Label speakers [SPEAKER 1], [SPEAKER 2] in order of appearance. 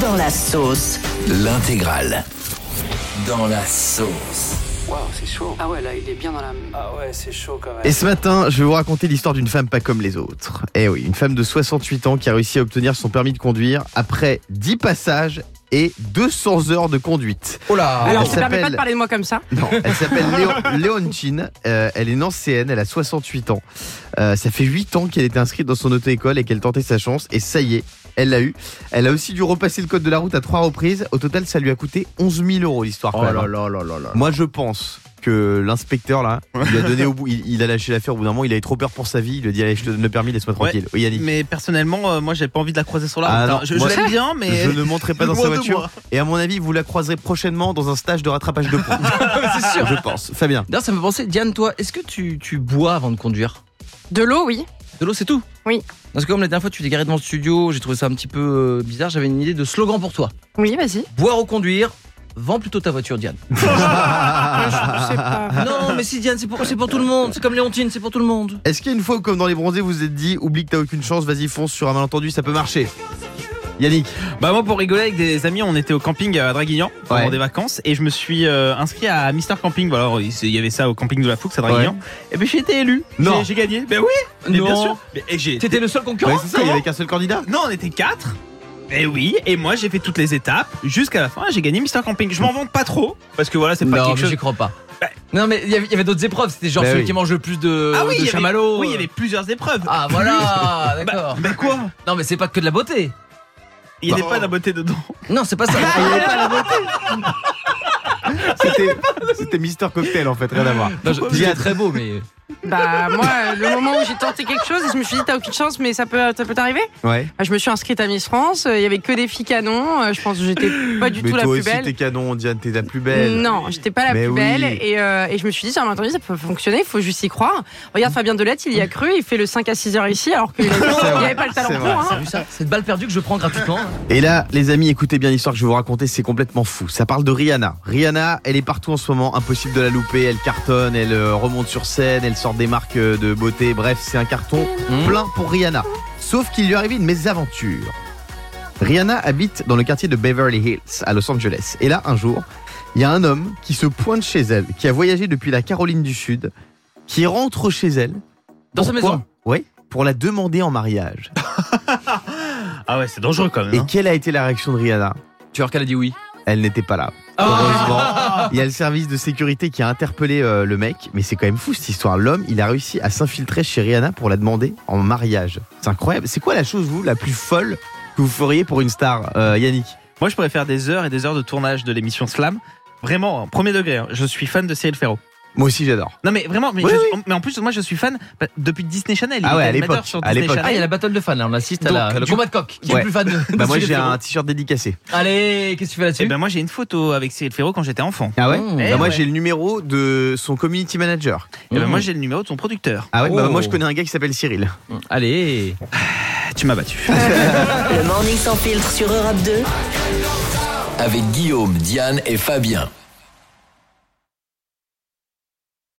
[SPEAKER 1] Dans la sauce.
[SPEAKER 2] L'intégrale. Dans la sauce.
[SPEAKER 3] Waouh, c'est chaud. Ah ouais, là, il est bien dans la. Ah ouais, c'est chaud quand même.
[SPEAKER 4] Et ce matin, je vais vous raconter l'histoire d'une femme pas comme les autres. Eh oui, une femme de 68 ans qui a réussi à obtenir son permis de conduire après 10 passages et 200 heures de conduite.
[SPEAKER 2] Oh là
[SPEAKER 4] Alors,
[SPEAKER 5] Alors,
[SPEAKER 4] elle
[SPEAKER 5] je te permets pas
[SPEAKER 4] s'appelle-
[SPEAKER 5] de parler de moi comme ça.
[SPEAKER 4] Non, elle s'appelle Léon- Léontine, euh, elle est nancéenne, elle a 68 ans. Euh, ça fait 8 ans qu'elle était inscrite dans son auto-école et qu'elle tentait sa chance, et ça y est, elle l'a eu. Elle a aussi dû repasser le code de la route à trois reprises. Au total, ça lui a coûté 11 000 euros l'histoire. quand
[SPEAKER 2] Oh là
[SPEAKER 4] même. hein.
[SPEAKER 2] là là là là.
[SPEAKER 4] Moi, je pense que l'inspecteur là, il a donné au bout, il, il a lâché l'affaire au bout d'un moment, il avait trop peur pour sa vie, il lui a dit allez, je te donne le permis, laisse-moi tranquille. Oui, Yannick.
[SPEAKER 6] Mais personnellement, euh, moi, j'ai pas envie de la croiser sur la
[SPEAKER 4] Ah
[SPEAKER 6] route.
[SPEAKER 4] non,
[SPEAKER 6] hein. Je,
[SPEAKER 4] moi-
[SPEAKER 6] je l'aime bien, mais.
[SPEAKER 4] Je ne monterai pas dans sa
[SPEAKER 6] Loin de
[SPEAKER 4] voiture.
[SPEAKER 6] moi.
[SPEAKER 4] Et à mon avis, vous la croiserez prochainement dans un stage de rattrapage de points.
[SPEAKER 2] C'est sûr.
[SPEAKER 4] je pense. Fabien.
[SPEAKER 2] D'ailleurs, ça me fait penser, Diane, toi, est-ce que tu, tu bois avant de conduire
[SPEAKER 5] De l'eau, oui.
[SPEAKER 2] De l'eau, c'est tout
[SPEAKER 5] Oui.
[SPEAKER 2] Parce que comme la dernière fois, tu t'es garé devant le studio, j'ai trouvé ça un petit peu euh, bizarre, j'avais une idée de slogan pour toi.
[SPEAKER 5] Oui, vas-y.
[SPEAKER 2] Boire ou conduire Vends plutôt ta voiture, Diane.
[SPEAKER 5] Je sais pas.
[SPEAKER 6] Ah.
[SPEAKER 2] non, mais si, Diane, c'est pour, c'est pour tout le monde. C'est comme Léontine, c'est pour tout le monde.
[SPEAKER 4] Est-ce qu'il y a une fois où, comme dans les bronzés, vous vous êtes dit oublie que t'as aucune chance, vas-y fonce sur un malentendu, ça peut marcher Yannick,
[SPEAKER 6] Bah, moi, pour rigoler avec des amis, on était au camping à Draguignan pendant
[SPEAKER 4] Ouais.
[SPEAKER 6] des vacances et je me suis euh, inscrit à Mister Camping. Voilà, alors, il il y avait ça au camping de la Foux à Draguignan. Et ben, j'ai été élu.
[SPEAKER 4] Non.
[SPEAKER 6] J'ai- J'ai gagné. Ben oui, mais bien sûr. Mais- et j'ai-
[SPEAKER 2] T'étais le seul concurrent
[SPEAKER 4] Ouais, c'est ça, il n'y avait qu'un seul candidat.
[SPEAKER 6] Non, on était quatre. Et oui, et moi j'ai fait toutes les étapes jusqu'à la fin, j'ai gagné Mister Camping. Je m'en vante pas trop parce que voilà, c'est pas
[SPEAKER 2] non,
[SPEAKER 6] quelque
[SPEAKER 2] mais
[SPEAKER 6] chose. Bah.
[SPEAKER 2] j'y crois pas. Non, mais il y avait, il y avait d'autres épreuves. C'était genre
[SPEAKER 4] Bah
[SPEAKER 2] celui
[SPEAKER 4] oui.
[SPEAKER 2] qui mange le plus de,
[SPEAKER 6] Ah oui,
[SPEAKER 2] de
[SPEAKER 6] il y avait,
[SPEAKER 2] chamallows.
[SPEAKER 6] oui, il y avait plusieurs épreuves.
[SPEAKER 2] euh. Ah voilà, d'accord.
[SPEAKER 6] bah, bah quoi
[SPEAKER 2] Non, mais c'est pas que de la beauté.
[SPEAKER 6] Il n'y avait
[SPEAKER 4] Bah,
[SPEAKER 6] pas de la beauté dedans.
[SPEAKER 2] Non, c'est pas ça.
[SPEAKER 4] C'était- C'était Mister Cocktail en fait, rien à voir.
[SPEAKER 2] Non, je-
[SPEAKER 4] Diane.
[SPEAKER 2] c'est très beau, mais.
[SPEAKER 5] Bah, moi, euh, le moment où j'ai tenté quelque chose et je me suis dit, t'as aucune chance, mais ça peut ça peut t'arriver.
[SPEAKER 4] Ouais.
[SPEAKER 5] Bah, je me suis inscrite à Miss France. euh, Il y avait que des filles canons. euh, Je pense que j'étais pas du
[SPEAKER 4] Mais
[SPEAKER 5] tout
[SPEAKER 4] toi
[SPEAKER 5] la plus
[SPEAKER 4] aussi,
[SPEAKER 5] belle.
[SPEAKER 4] t'es canon, Diane, t'es la plus belle.
[SPEAKER 5] Non, j'étais pas la
[SPEAKER 4] Mais
[SPEAKER 5] plus
[SPEAKER 4] oui.
[SPEAKER 5] belle. Et, euh, et je me suis dit, sur un malentendu, ça peut fonctionner, il faut juste y croire. Regarde Fabien Delette, il y a cru, il fait le 5 à 6 heures ici, alors qu'il
[SPEAKER 4] vrai,
[SPEAKER 5] n'avait pas le talent
[SPEAKER 4] c'est
[SPEAKER 5] pour.
[SPEAKER 4] vrai.
[SPEAKER 5] hein.
[SPEAKER 2] T'as vu ça Cette balle perdue que je prends gratuitement.
[SPEAKER 4] Et là, les amis, écoutez bien l'histoire que je vais vous raconter, c'est complètement fou. Ça parle de Rihanna. Rihanna, elle est partout en ce moment, impossible de la louper, elle cartonne, elle euh, remonte sur scène, elle sort des marques euh, de beauté, bref, c'est un carton
[SPEAKER 2] Hmm.
[SPEAKER 4] plein pour Rihanna. Sauf qu'il lui est arrivé une mésaventure. Rihanna habite dans le quartier de Beverly Hills, à Los Angeles. Et là, un jour, il y a un homme qui se pointe chez elle, qui a voyagé depuis la Caroline du Sud, qui rentre chez elle.
[SPEAKER 2] Dans sa
[SPEAKER 4] Pourquoi
[SPEAKER 2] maison.
[SPEAKER 4] Oui, pour la demander en mariage.
[SPEAKER 6] Ah ouais, c'est dangereux quand même.
[SPEAKER 4] Et quelle a été la réaction de Rihanna
[SPEAKER 2] Tu vois qu'elle a dit oui.
[SPEAKER 4] Elle n'était pas là.
[SPEAKER 6] Ah.
[SPEAKER 2] Ah,
[SPEAKER 4] Heureusement, il y a le service de sécurité qui a interpellé euh, le mec, mais c'est quand même fou cette histoire. L'homme, il a réussi à s'infiltrer chez Rihanna pour la demander en mariage. C'est incroyable. C'est quoi la chose, vous, la plus folle que vous feriez pour une star, euh, Yannick
[SPEAKER 6] Moi, je pourrais faire des heures et des heures de tournage de l'émission Slam. Vraiment, en premier degré, hein, je suis fan de Cyril Ferro.
[SPEAKER 4] Moi aussi, j'adore.
[SPEAKER 6] Non, mais vraiment, mais,
[SPEAKER 4] Oui,
[SPEAKER 6] je- mais en plus, moi, je suis fan bah, depuis Disney Channel.
[SPEAKER 4] Ah
[SPEAKER 6] Il
[SPEAKER 4] ouais,
[SPEAKER 6] était
[SPEAKER 4] à l'époque,
[SPEAKER 6] animateur Sur
[SPEAKER 4] à
[SPEAKER 6] Disney
[SPEAKER 4] l'époque.
[SPEAKER 2] Ah, il y a
[SPEAKER 6] Channel.
[SPEAKER 2] la battle de fans, là. On assiste à la,
[SPEAKER 4] Donc,
[SPEAKER 2] le
[SPEAKER 4] du-
[SPEAKER 2] combat de coq. Qui
[SPEAKER 4] Ouais.
[SPEAKER 2] est le plus fan de.
[SPEAKER 4] Bah,
[SPEAKER 2] de
[SPEAKER 4] moi,
[SPEAKER 2] Cyril
[SPEAKER 4] j'ai
[SPEAKER 2] Ferro
[SPEAKER 4] un Eh t-shirt dédicacé.
[SPEAKER 2] Allez, qu'est-ce que tu fais
[SPEAKER 6] Et
[SPEAKER 2] là-dessus
[SPEAKER 6] ben, moi, j'ai une photo avec Cyril Ferro quand j'étais enfant.
[SPEAKER 4] Ah ouais
[SPEAKER 2] Mmh.
[SPEAKER 4] Bah,
[SPEAKER 6] Eh
[SPEAKER 4] Moi,
[SPEAKER 6] ouais.
[SPEAKER 4] j'ai le numéro de son community manager.
[SPEAKER 6] Et ben,
[SPEAKER 2] Mmh.
[SPEAKER 6] moi, j'ai le numéro de son producteur.
[SPEAKER 4] Ah ouais Bah,
[SPEAKER 2] Oh.
[SPEAKER 4] Moi, je connais un gars qui s'appelle Cyril.
[SPEAKER 2] Allez.
[SPEAKER 6] Ah, tu m'as battu.
[SPEAKER 1] Le morning sans filtre sur Europe 2.
[SPEAKER 7] Avec Guillaume, Diane et Fabien.